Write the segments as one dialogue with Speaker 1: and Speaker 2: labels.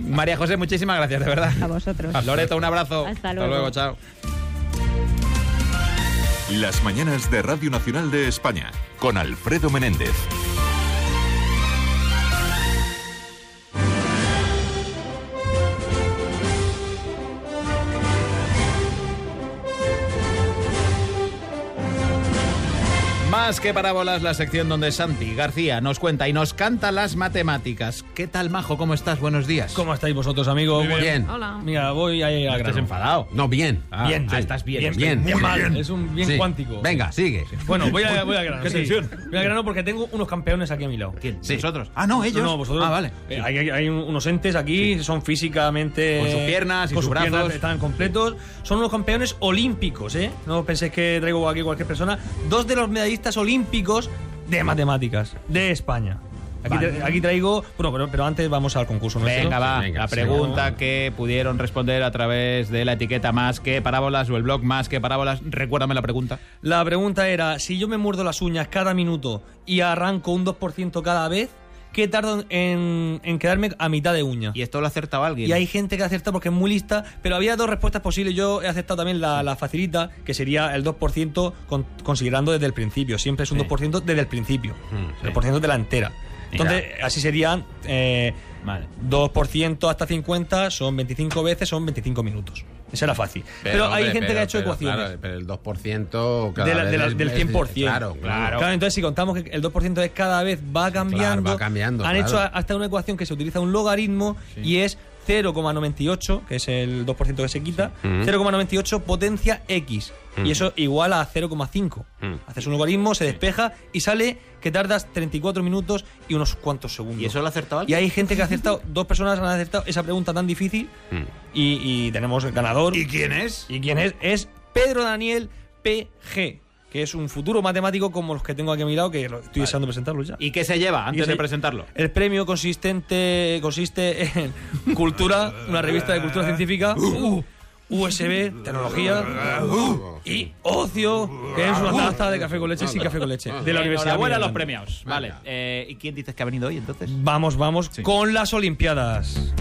Speaker 1: María José, muchísimas gracias, de verdad.
Speaker 2: A vosotros.
Speaker 1: Loreto, un abrazo.
Speaker 2: Hasta luego.
Speaker 1: chao.
Speaker 3: Las mañanas de Radio Nacional de España con Alfredo Menéndez.
Speaker 1: Más que parábolas, la sección donde Santi García nos cuenta y nos canta las matemáticas. ¿Qué tal, Majo? ¿Cómo estás? Buenos días.
Speaker 4: ¿Cómo estáis vosotros, amigos?
Speaker 1: Muy bien.
Speaker 2: Hola.
Speaker 4: Mira, voy ahí a
Speaker 1: ¿Estás
Speaker 4: grano.
Speaker 1: enfadado?
Speaker 5: No, bien.
Speaker 1: Ah,
Speaker 4: Bien.
Speaker 1: ah, estás bien.
Speaker 4: Bien,
Speaker 1: hostia.
Speaker 5: bien.
Speaker 4: Muy mal.
Speaker 5: Bien.
Speaker 4: Es un bien
Speaker 5: Sí.
Speaker 4: cuántico.
Speaker 5: Venga, sigue.
Speaker 4: Bueno, voy a, voy a grano.
Speaker 1: Qué
Speaker 4: sí.
Speaker 1: tensión.
Speaker 4: Voy a grano porque tengo unos campeones aquí a mi lado.
Speaker 1: ¿Quién?
Speaker 5: Sí.
Speaker 1: ¿Nosotros?
Speaker 5: Ah, no, ellos.
Speaker 4: No, no, vosotros.
Speaker 5: Ah, vale.
Speaker 4: Eh, hay, hay- hay unos entes aquí, son físicamente.
Speaker 1: Con sus piernas y
Speaker 4: con
Speaker 1: sus brazos.
Speaker 4: piernas, están completos. Son unos campeones olímpicos, ¿eh? No penséis que traigo aquí cualquier persona. Dos de los medallistas olímpicos de matemáticas de España. Aquí,
Speaker 1: Vale.
Speaker 4: tra- aquí traigo. Bueno, pero, pero antes vamos al concurso. nuestro.
Speaker 1: Venga, va.
Speaker 5: Venga,
Speaker 1: la
Speaker 5: sí.
Speaker 1: pregunta que pudieron responder a través de la etiqueta más que parábolas o el blog más que parábolas. Recuérdame la pregunta.
Speaker 4: La pregunta era, si yo me muerdo las uñas cada minuto y arranco un 2% cada vez, ¿qué tardo en, en quedarme a mitad de uña?
Speaker 1: Y esto lo ha acertado alguien.
Speaker 4: Y hay gente que acepta porque es muy lista, pero había dos respuestas posibles. Yo he aceptado también la, la facilita, que sería el 2% con- considerando desde el principio. Siempre es un
Speaker 1: Sí. 2%
Speaker 4: 2% desde el principio.
Speaker 1: sí.
Speaker 4: El por ciento de la entera. Entonces, así serían eh,
Speaker 1: Vale.
Speaker 4: 2% hasta 50, son 25 veces, son 25 minutos. Esa era fácil. Pero, hay
Speaker 5: hombre,
Speaker 4: gente que
Speaker 5: pero-
Speaker 4: ha hecho
Speaker 5: pero,
Speaker 4: ecuaciones.
Speaker 5: claro, pero el 2% cada
Speaker 4: De la-
Speaker 5: vez
Speaker 4: de la-
Speaker 5: es-
Speaker 4: del
Speaker 5: es-
Speaker 4: 100%.
Speaker 5: Claro, claro.
Speaker 4: Claro, entonces si contamos que el 2% es cada vez va cambiando,
Speaker 5: va cambiando,
Speaker 4: han
Speaker 5: claro.
Speaker 4: hecho a- hasta una ecuación que se utiliza un logaritmo y es 0,98, que es el 2% que se quita, 0,98 potencia x. Y eso igual a 0,5. Haces un logaritmo, se despeja y sale que tardas 34 minutos y unos cuantos segundos.
Speaker 1: ¿Y eso lo ha acertado
Speaker 4: Y
Speaker 1: alguien?
Speaker 4: hay gente que ha acertado, dos personas han acertado esa pregunta tan difícil y, y tenemos el ganador.
Speaker 5: ¿Y quién es?
Speaker 4: ¿Y quién es? Es Pedro Daniel PG, que es un futuro matemático como los que tengo aquí a mi lado, que lo- estoy deseando presentarlo ya.
Speaker 1: ¿Y qué se lleva antes
Speaker 4: se-
Speaker 1: de presentarlo?
Speaker 4: El premio consistente consiste en Cultura, una revista de cultura científica,
Speaker 1: Uh.
Speaker 4: USB, tecnología y Ocio, que es una taza de café con leche sin café con leche de la Universidad.
Speaker 1: Enhorabuena a los
Speaker 4: Miguel Hernández.
Speaker 1: premiados. Vale. Eh, ¿Y quién dices que ha venido hoy entonces?
Speaker 4: Vamos, vamos con las Olimpiadas.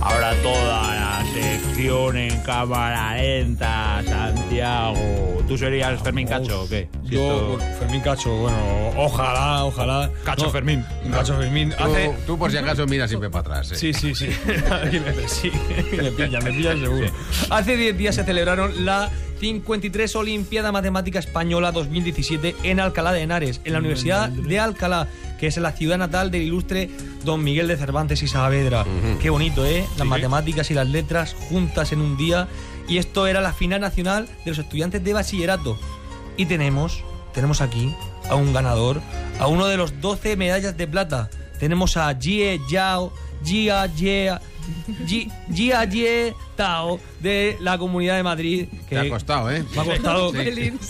Speaker 1: Ahora toda la sección en cámara lenta, Santiago. ¿Tú serías Fermín Cacho o qué? Si
Speaker 4: Yo,
Speaker 1: esto-
Speaker 4: Fermín Cacho, bueno, ojalá, ojalá.
Speaker 1: Cacho
Speaker 4: No,
Speaker 1: Fermín.
Speaker 4: Cacho Fermín.
Speaker 5: Tú,
Speaker 4: Hace,
Speaker 5: tú, por si acaso, mira siempre para atrás. ¿eh?
Speaker 4: Sí, sí, sí. Aquí me persigue. Me pilla, me pilla seguro. Hace 10 días se celebraron la 53 Olimpiada Matemática Española 2017 en Alcalá de Henares, en la Universidad de Alcalá, que es la ciudad natal del ilustre don Miguel de Cervantes y Saavedra. Qué bonito, ¿eh? Las matemáticas y las letras juntas en un día. Y esto era la final nacional de los estudiantes de bachillerato. Y tenemos, tenemos aquí a un ganador, a uno de los 12 medallas de plata. Tenemos a Jie Yao, Jia Yea, Ji- Jia Ye Tao de la Comunidad de Madrid. Que
Speaker 5: Te ha costado, ¿eh?
Speaker 4: Me ha costado,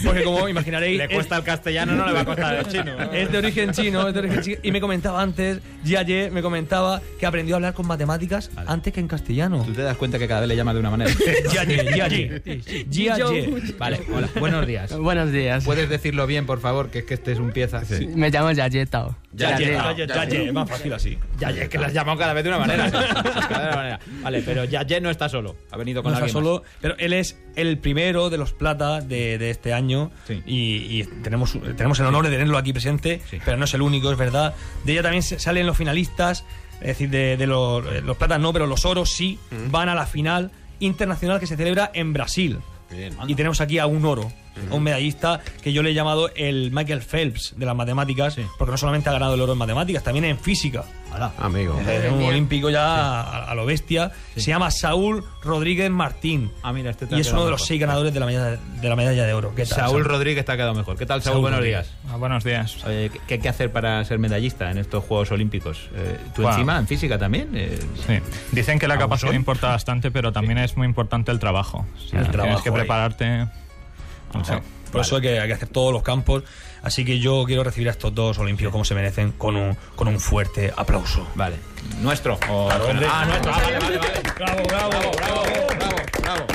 Speaker 4: porque como imaginaréis,
Speaker 1: Le
Speaker 4: es-
Speaker 1: cuesta el castellano, no le va a costar el chino. ¿eh?
Speaker 4: es de origen chino, es de origen chino. Y me comentaba antes, Jia Ye me comentaba que aprendió a hablar con matemáticas antes que en castellano.
Speaker 1: Tú te das cuenta que cada vez le llamas de una manera.
Speaker 4: Jia Ye, Jia Ye, Jia Ye.
Speaker 1: vale, hola. Buenos días.
Speaker 6: Buenos días.
Speaker 1: ¿Puedes decirlo bien, por favor? Que es que este es un pieza.
Speaker 6: Me llamo Yayetao.
Speaker 1: Ya, ya,
Speaker 4: Ye,
Speaker 1: ya,
Speaker 4: Ye, más fácil así.
Speaker 1: Ya, ya, que las llamado cada vez de una manera. Cada vez de una manera. Vale, pero ya, ya no está solo. Ha venido con
Speaker 4: No está
Speaker 1: alguien
Speaker 4: solo, pero él es el primero de los plata de, de este año
Speaker 1: Sí.
Speaker 4: y, y tenemos, tenemos el honor de tenerlo aquí presente,
Speaker 1: Sí.
Speaker 4: pero no es el único, es verdad. De ella también se- salen los finalistas, es decir, de, de los, eh, los platas no, pero los oros sí van a la final internacional que se celebra en Brasil.
Speaker 5: Bien.
Speaker 4: Y tenemos aquí a un oro. a un medallista que yo le he llamado el Michael Phelps de las matemáticas, porque no solamente ha ganado el oro en matemáticas, también en física. Ala.
Speaker 5: Amigo.
Speaker 4: Eh, un
Speaker 2: mía.
Speaker 4: olímpico ya a, a lo bestia. Se llama Saúl Rodríguez Martín.
Speaker 7: Ah, mira, este te ha
Speaker 4: y es
Speaker 7: quedado
Speaker 4: uno de los
Speaker 7: mejor.
Speaker 4: seis ganadores de la medalla de, la medalla de oro. ¿Qué tal,
Speaker 1: Saúl Rodríguez te ha quedado mejor. ¿Qué tal, Saúl?
Speaker 4: Saúl
Speaker 1: Buenos
Speaker 4: Rodríguez.
Speaker 1: días.
Speaker 8: Ah, buenos días.
Speaker 1: Oye, Eh, ¿qué- ¿Qué hay que hacer para ser medallista en estos Juegos Olímpicos? Eh, ¿Tú
Speaker 8: Bueno.
Speaker 1: encima, en física también? Eh,
Speaker 8: Sí. Dicen que la
Speaker 1: ¿Abusón?
Speaker 8: capacidad importa bastante, pero también es muy importante el trabajo. O sea,
Speaker 1: El
Speaker 8: Tienes
Speaker 1: trabajo, eh.
Speaker 8: que
Speaker 1: oye.
Speaker 8: prepararte. mucho.
Speaker 4: Por eso hay que, hay que hacer todos los campos. Así que yo quiero recibir a estos dos olímpicos como se merecen con un, con un fuerte aplauso.
Speaker 1: Vale. ¿Nuestro? o- ah, nuestro. Ah, vale, vale, vale.
Speaker 4: Bravo, bravo,
Speaker 1: Bravo, bravo.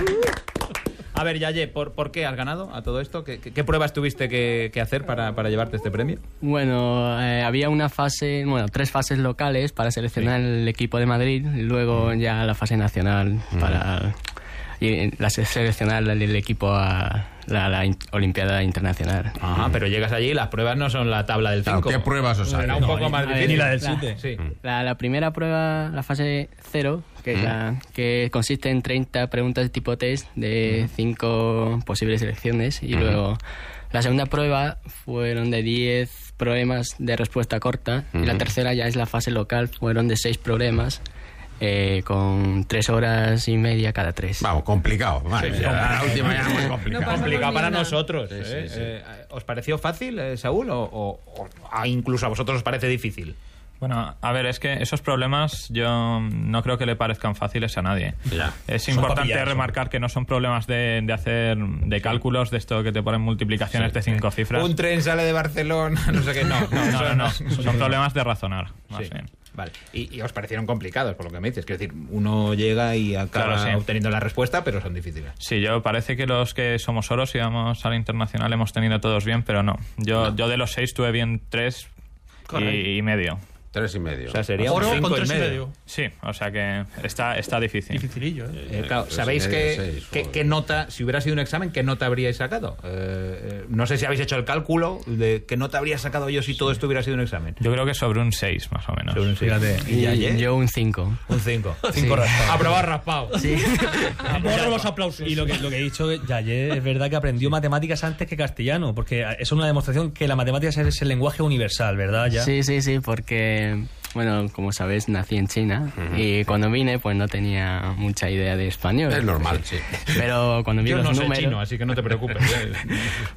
Speaker 1: A ver, Yaye, ¿por, por qué has ganado a todo esto? ¿Qué, qué- qué pruebas tuviste que, que hacer para, para llevarte este premio?
Speaker 6: Bueno, eh, había una fase, bueno, tres fases locales para seleccionar el equipo de Madrid, luego ya la fase nacional para y la, se- seleccionar el, el equipo a la, la in- Olimpiada Internacional.
Speaker 1: Ajá, pero llegas allí y las pruebas no son la tabla del
Speaker 5: Claro,
Speaker 1: 5.
Speaker 5: ¿Qué pruebas os hay?
Speaker 1: Era un poco más
Speaker 6: ni-
Speaker 1: difícil.
Speaker 6: ni la del
Speaker 1: Claro.
Speaker 4: siete.
Speaker 1: Sí.
Speaker 6: La, la primera prueba, la fase cero, que, es la- que consiste en 30 preguntas de tipo test de cinco posibles selecciones. Y luego la segunda prueba fueron de 10 problemas de respuesta corta. Y la tercera ya es la fase local, fueron de seis problemas eh, con tres horas y media cada tres.
Speaker 5: Vamos, complicado. Vale, ya, la última ya muy
Speaker 2: No
Speaker 5: complicada.
Speaker 2: pasa
Speaker 1: Complicado
Speaker 2: Vamos,
Speaker 1: para
Speaker 2: Nina.
Speaker 1: nosotros. ¿eh? Eh, ¿Os pareció fácil, eh, Saúl? O, o- o- a- incluso a vosotros os parece difícil?
Speaker 8: Bueno, a ver, es que esos problemas yo no creo que le parezcan fáciles a nadie.
Speaker 1: Ya.
Speaker 8: Es
Speaker 4: Son
Speaker 8: importante
Speaker 4: papillas,
Speaker 8: remarcar que no son problemas de, de hacer de cálculos, de esto que te ponen multiplicaciones de este cinco cifras.
Speaker 1: Un tren sale de Barcelona, no sé qué. No, no,
Speaker 8: No, no, no. Son problemas de razonar, más
Speaker 1: Sí.
Speaker 8: bien.
Speaker 1: Vale. Y, y os parecieron complicados, por lo que me dices. Quiero decir, uno llega y acaba
Speaker 8: Claro, sí.
Speaker 1: obteniendo la respuesta, pero son difíciles.
Speaker 8: Sí, yo parece que los que somos solos y vamos al internacional hemos tenido todos bien, pero no. Yo, yo de los seis tuve bien tres y, y medio.
Speaker 5: Tres y medio.
Speaker 1: O sea, sería
Speaker 2: Oro
Speaker 1: un cinco
Speaker 2: con tres
Speaker 1: y
Speaker 2: y
Speaker 1: medio.
Speaker 2: medio.
Speaker 8: Sí, o sea que está, está difícil.
Speaker 2: Dificilillo, ¿eh?
Speaker 1: Eh, claro,
Speaker 5: Tres y
Speaker 1: ¿sabéis
Speaker 5: medio,
Speaker 1: qué,
Speaker 5: seis,
Speaker 1: qué-
Speaker 5: joder.
Speaker 1: qué nota, si hubiera sido un examen, qué nota habríais sacado? Eh, eh, no sé si habéis hecho el cálculo de qué nota habría sacado yo si todo esto hubiera sido un examen.
Speaker 8: Yo creo que sobre un seis, más o menos.
Speaker 1: Sobre un seis.
Speaker 6: Y yo un 5.
Speaker 1: Un 5.
Speaker 2: Aprobar raspado.
Speaker 6: Sí.
Speaker 4: Ah, los aplausos. pues Y lo que, lo que he dicho, que Yayé, es verdad que aprendió matemáticas antes que castellano, porque es una demostración que la matemática es el lenguaje universal, ¿verdad? Ya?
Speaker 6: Sí, sí, sí, porque, bueno, como sabéis, nací en China y cuando vine pues no tenía mucha idea de español.
Speaker 5: Es normal, sí.
Speaker 6: Pero cuando vi
Speaker 1: Yo
Speaker 6: los
Speaker 1: no soy
Speaker 6: números,
Speaker 1: chino, ¿eh? así que no te preocupes.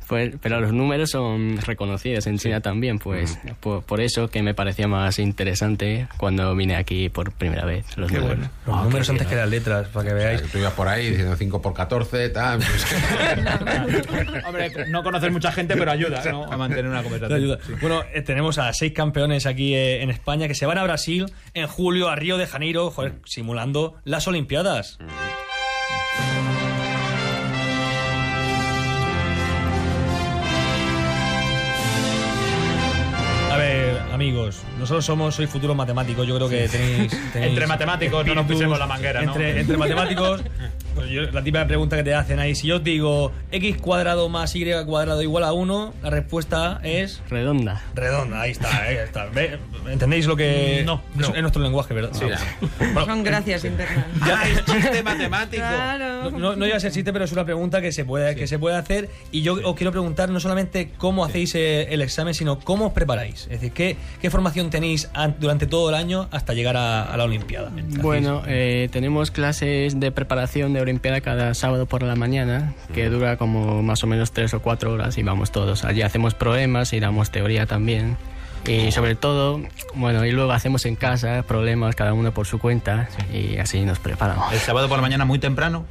Speaker 6: pues, pero los números son reconocidos en China también, pues
Speaker 1: Mm.
Speaker 6: por, por eso que me parecía más interesante cuando vine aquí por primera vez los números.
Speaker 4: Los números antes que las letras, para que
Speaker 5: Que
Speaker 4: veáis.
Speaker 5: Tú ibas por ahí diciendo 5 por 14, tal. pues,
Speaker 1: Hombre, no conoces mucha gente, pero ayuda ¿no? a mantener una
Speaker 4: Te
Speaker 1: conversación.
Speaker 4: ayuda. Bueno, eh, tenemos a seis campeones aquí eh, en España que se van a Brasil en julio, a Río de Janeiro, joder, simulando las Olimpiadas. A ver, amigos, nosotros somos, soy futuro matemático, yo creo que tenéis... tenéis
Speaker 1: Entre matemáticos no nos
Speaker 4: espíritus.
Speaker 1: pisemos la manguera, ¿no?
Speaker 4: Entre, entre matemáticos, pues yo- la típica pregunta que te hacen ahí, si yo os digo x cuadrado más y cuadrado igual a 1, la respuesta es...
Speaker 6: Redonda.
Speaker 4: Redonda, ahí está, eh, ahí está. Ve- ¿Entendéis lo que.?
Speaker 2: No,
Speaker 4: Es,
Speaker 2: no.
Speaker 4: es nuestro lenguaje, ¿verdad? Ah, pues
Speaker 2: Son gracias internas.
Speaker 1: Ah, es chiste matemático.
Speaker 4: No,
Speaker 2: Claro.
Speaker 4: no, no llega a ser chiste, pero es una pregunta que se puede, que se puede hacer. Y yo os quiero preguntar no solamente cómo hacéis eh, el examen, sino cómo os preparáis. Es decir, qué, qué formación tenéis an- durante todo el año hasta llegar a, a la Olimpiada.
Speaker 6: Bueno, eh, tenemos clases de preparación de Olimpiada cada sábado por la mañana, que dura como más o menos tres o cuatro horas y vamos todos. Allí hacemos problemas y damos teoría también. Y sobre todo, bueno, y luego hacemos en casa problemas cada uno por su cuenta y así nos preparamos.
Speaker 1: El sábado por la mañana muy temprano.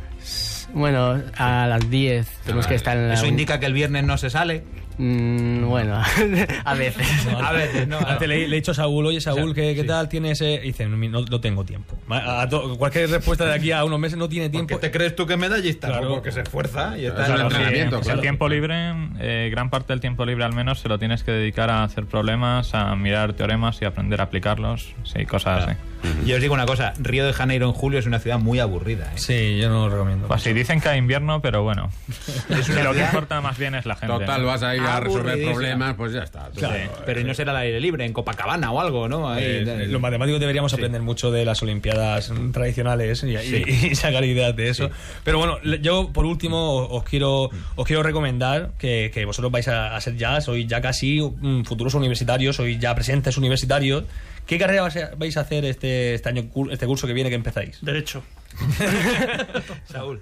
Speaker 6: Bueno, a las 10 tenemos que estar en la...
Speaker 1: Eso indica que el viernes no se sale.
Speaker 6: Mm, bueno, a veces.
Speaker 1: A veces, no.
Speaker 4: Antes le, le he dicho a Saúl, oye Saúl, ¿qué, qué
Speaker 1: sí.
Speaker 4: tal tienes? eh?" Y dice, no, no tengo tiempo. A- a to- cualquier respuesta de aquí a unos meses no tiene tiempo.
Speaker 1: ¿Qué te crees tú que medallista?
Speaker 4: Claro.
Speaker 1: Porque se esfuerza y está
Speaker 5: Es un
Speaker 1: en la-
Speaker 5: entrenamiento,
Speaker 8: Sí,
Speaker 5: claro.
Speaker 8: El tiempo libre, eh, gran parte del tiempo libre al menos, se lo tienes que dedicar a hacer problemas, a mirar teoremas y aprender a aplicarlos. Sí, cosas así.
Speaker 1: Yo os digo una cosa, Río de Janeiro en julio es una ciudad muy aburrida. ¿eh?
Speaker 4: Sí, yo no lo recomiendo.
Speaker 8: Pues sí, dicen que hay invierno, pero bueno.
Speaker 1: Es una
Speaker 8: Que lo que
Speaker 1: ciudad-
Speaker 8: importa más bien es la gente.
Speaker 5: Total, vas ahí. a resolver
Speaker 1: Aburridísima.
Speaker 5: problemas, pues ya está. Tú-
Speaker 1: Sí, pero no será al aire libre, en Copacabana o algo, ¿no? Ahí,
Speaker 4: Eh, Los matemáticos deberíamos aprender mucho de las Olimpiadas tradicionales ¿eh? y, y- y sacar ideas de eso. Pero bueno, le- yo por último os- os quiero, os quiero recomendar que, que vosotros vais a, a ser ya, sois ya casi mm, futuros universitarios, sois ya presentes universitarios. ¿Qué carrera vais a- vais a hacer este, este año, cur- este curso que viene que empezáis?
Speaker 9: Derecho.
Speaker 4: Saúl.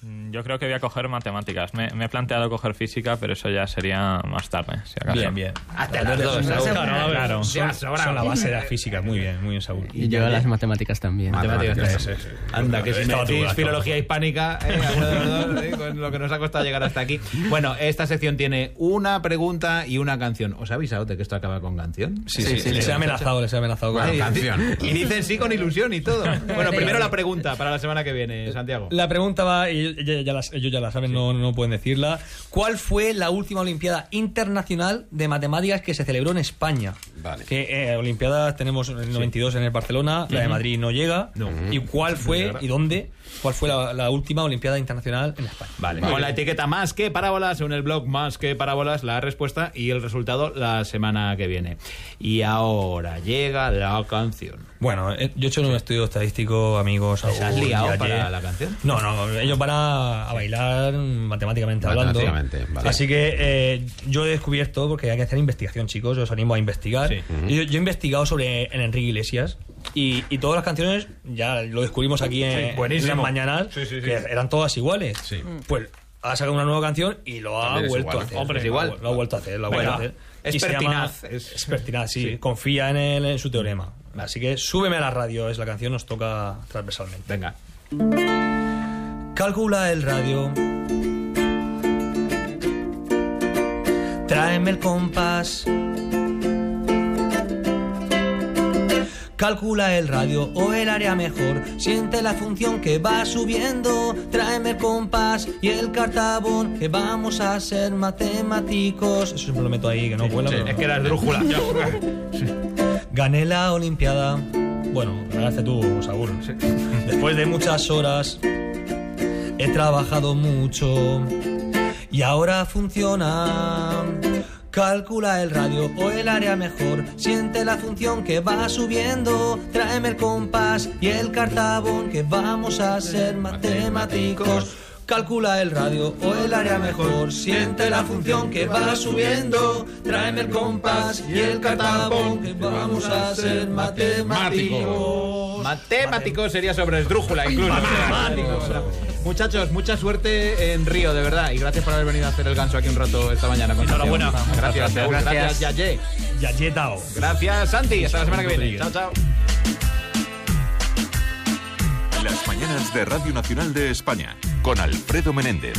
Speaker 8: Mm, Yo creo que voy a coger matemáticas. Me, me he planteado coger física, pero eso ya sería más tarde, si acaso.
Speaker 4: Bien, bien.
Speaker 1: Hasta las dos,
Speaker 4: Claro,
Speaker 1: Saúl.
Speaker 4: claro, claro. Son,
Speaker 1: Ya, Saúl.
Speaker 4: son la base de la física. Muy bien, muy bien, Saúl.
Speaker 6: Y yo a las matemáticas también.
Speaker 5: Matemáticas.
Speaker 4: Eso es.
Speaker 1: Anda, que si me
Speaker 4: Estaba tú,
Speaker 1: decís
Speaker 4: estaba tú.
Speaker 1: filología hispánica, eh, alguno de los dos, eh, con lo que nos ha costado llegar hasta aquí. Bueno, esta sección tiene una pregunta y una canción. ¿Os ha avisado de que esto acaba con canción?
Speaker 4: Sí, sí, les he amenazado, les he amenazado. con-
Speaker 5: Bueno, canción.
Speaker 1: Y dicen sí con ilusión y todo. Bueno, primero la pregunta para la semana que viene, Santiago.
Speaker 4: La pregunta va, y ya- ya- ya las- ellos ya la saben, no, no pueden decirla. ¿Cuál fue la última Olimpiada Internacional de Matemáticas que se celebró en España?
Speaker 5: Vale.
Speaker 4: Que eh, Olimpiadas tenemos el 92 en el Barcelona, la de Madrid no llega. ¿Y cuál fue y dónde? ¿Cuál fue la, la última Olimpiada Internacional en España?
Speaker 1: Vale, con la etiqueta más que parábolas o en el blog más que parábolas la respuesta y el resultado la semana que viene. Y ahora llega la canción.
Speaker 4: Bueno, eh, yo he hecho un estudio estadístico, amigos.
Speaker 1: ¿Se has
Speaker 4: Saúl,
Speaker 1: liado
Speaker 4: Yaye.
Speaker 1: para la canción?
Speaker 4: No, no, ellos van a, a bailar matemáticamente hablando.
Speaker 5: Matemáticamente, vale.
Speaker 4: Así que eh, yo he descubierto, porque hay que hacer investigación, chicos, os animo a investigar.
Speaker 1: Sí.
Speaker 4: yo, yo he investigado sobre en Enrique Iglesias y, y todas las canciones, ya lo descubrimos aquí en, en las mañanas, que eran todas iguales. Pues ha sacado una nueva canción y lo ha
Speaker 5: También es
Speaker 4: vuelto
Speaker 5: igual.
Speaker 4: a hacer.
Speaker 5: Hombre,
Speaker 1: es igual.
Speaker 4: Lo ha vuelto a hacer, lo ha
Speaker 1: Venga.
Speaker 4: vuelto a hacer.
Speaker 1: Es
Speaker 4: Y se llama-
Speaker 1: pertinaz, es-
Speaker 4: Es pertinaz, sí. Confía en él, en su teorema. Así que súbeme a la radio, es la canción, nos toca transversalmente.
Speaker 1: Venga.
Speaker 4: Calcula el radio. Tráeme el compás. Calcula el radio o el área mejor. Siente la función que va subiendo. Tráeme el compás y el cartabón. Que vamos a ser matemáticos. Eso me lo meto ahí, que no vuela. pero-
Speaker 1: Es que eras drújula.
Speaker 4: Gané la Olimpiada. Bueno, ganaste tú, Saúl. Después de muchas horas, he trabajado mucho y ahora funciona. Calcula el radio o el área mejor. Siente la función que va subiendo. Tráeme el compás y el cartabón que vamos a ser matemáticos. Calcula el radio o el área mejor. Siente la función que va subiendo. Tráeme el compás y el cartabón que vamos a ser matemáticos.
Speaker 1: Matemático sería sobre esdrújula incluso. Muchachos, mucha suerte en Río, de verdad. Y gracias por haber venido a hacer el ganso aquí un rato esta mañana. con
Speaker 4: Enhorabuena.
Speaker 1: Santiago. Gracias, Saúl. Gracias, Yaye.
Speaker 4: Yayetao.
Speaker 1: Gracias, Santi. Hasta la semana que viene. Chao, chao.
Speaker 3: Las mañanas de Radio Nacional de España con Alfredo Menéndez.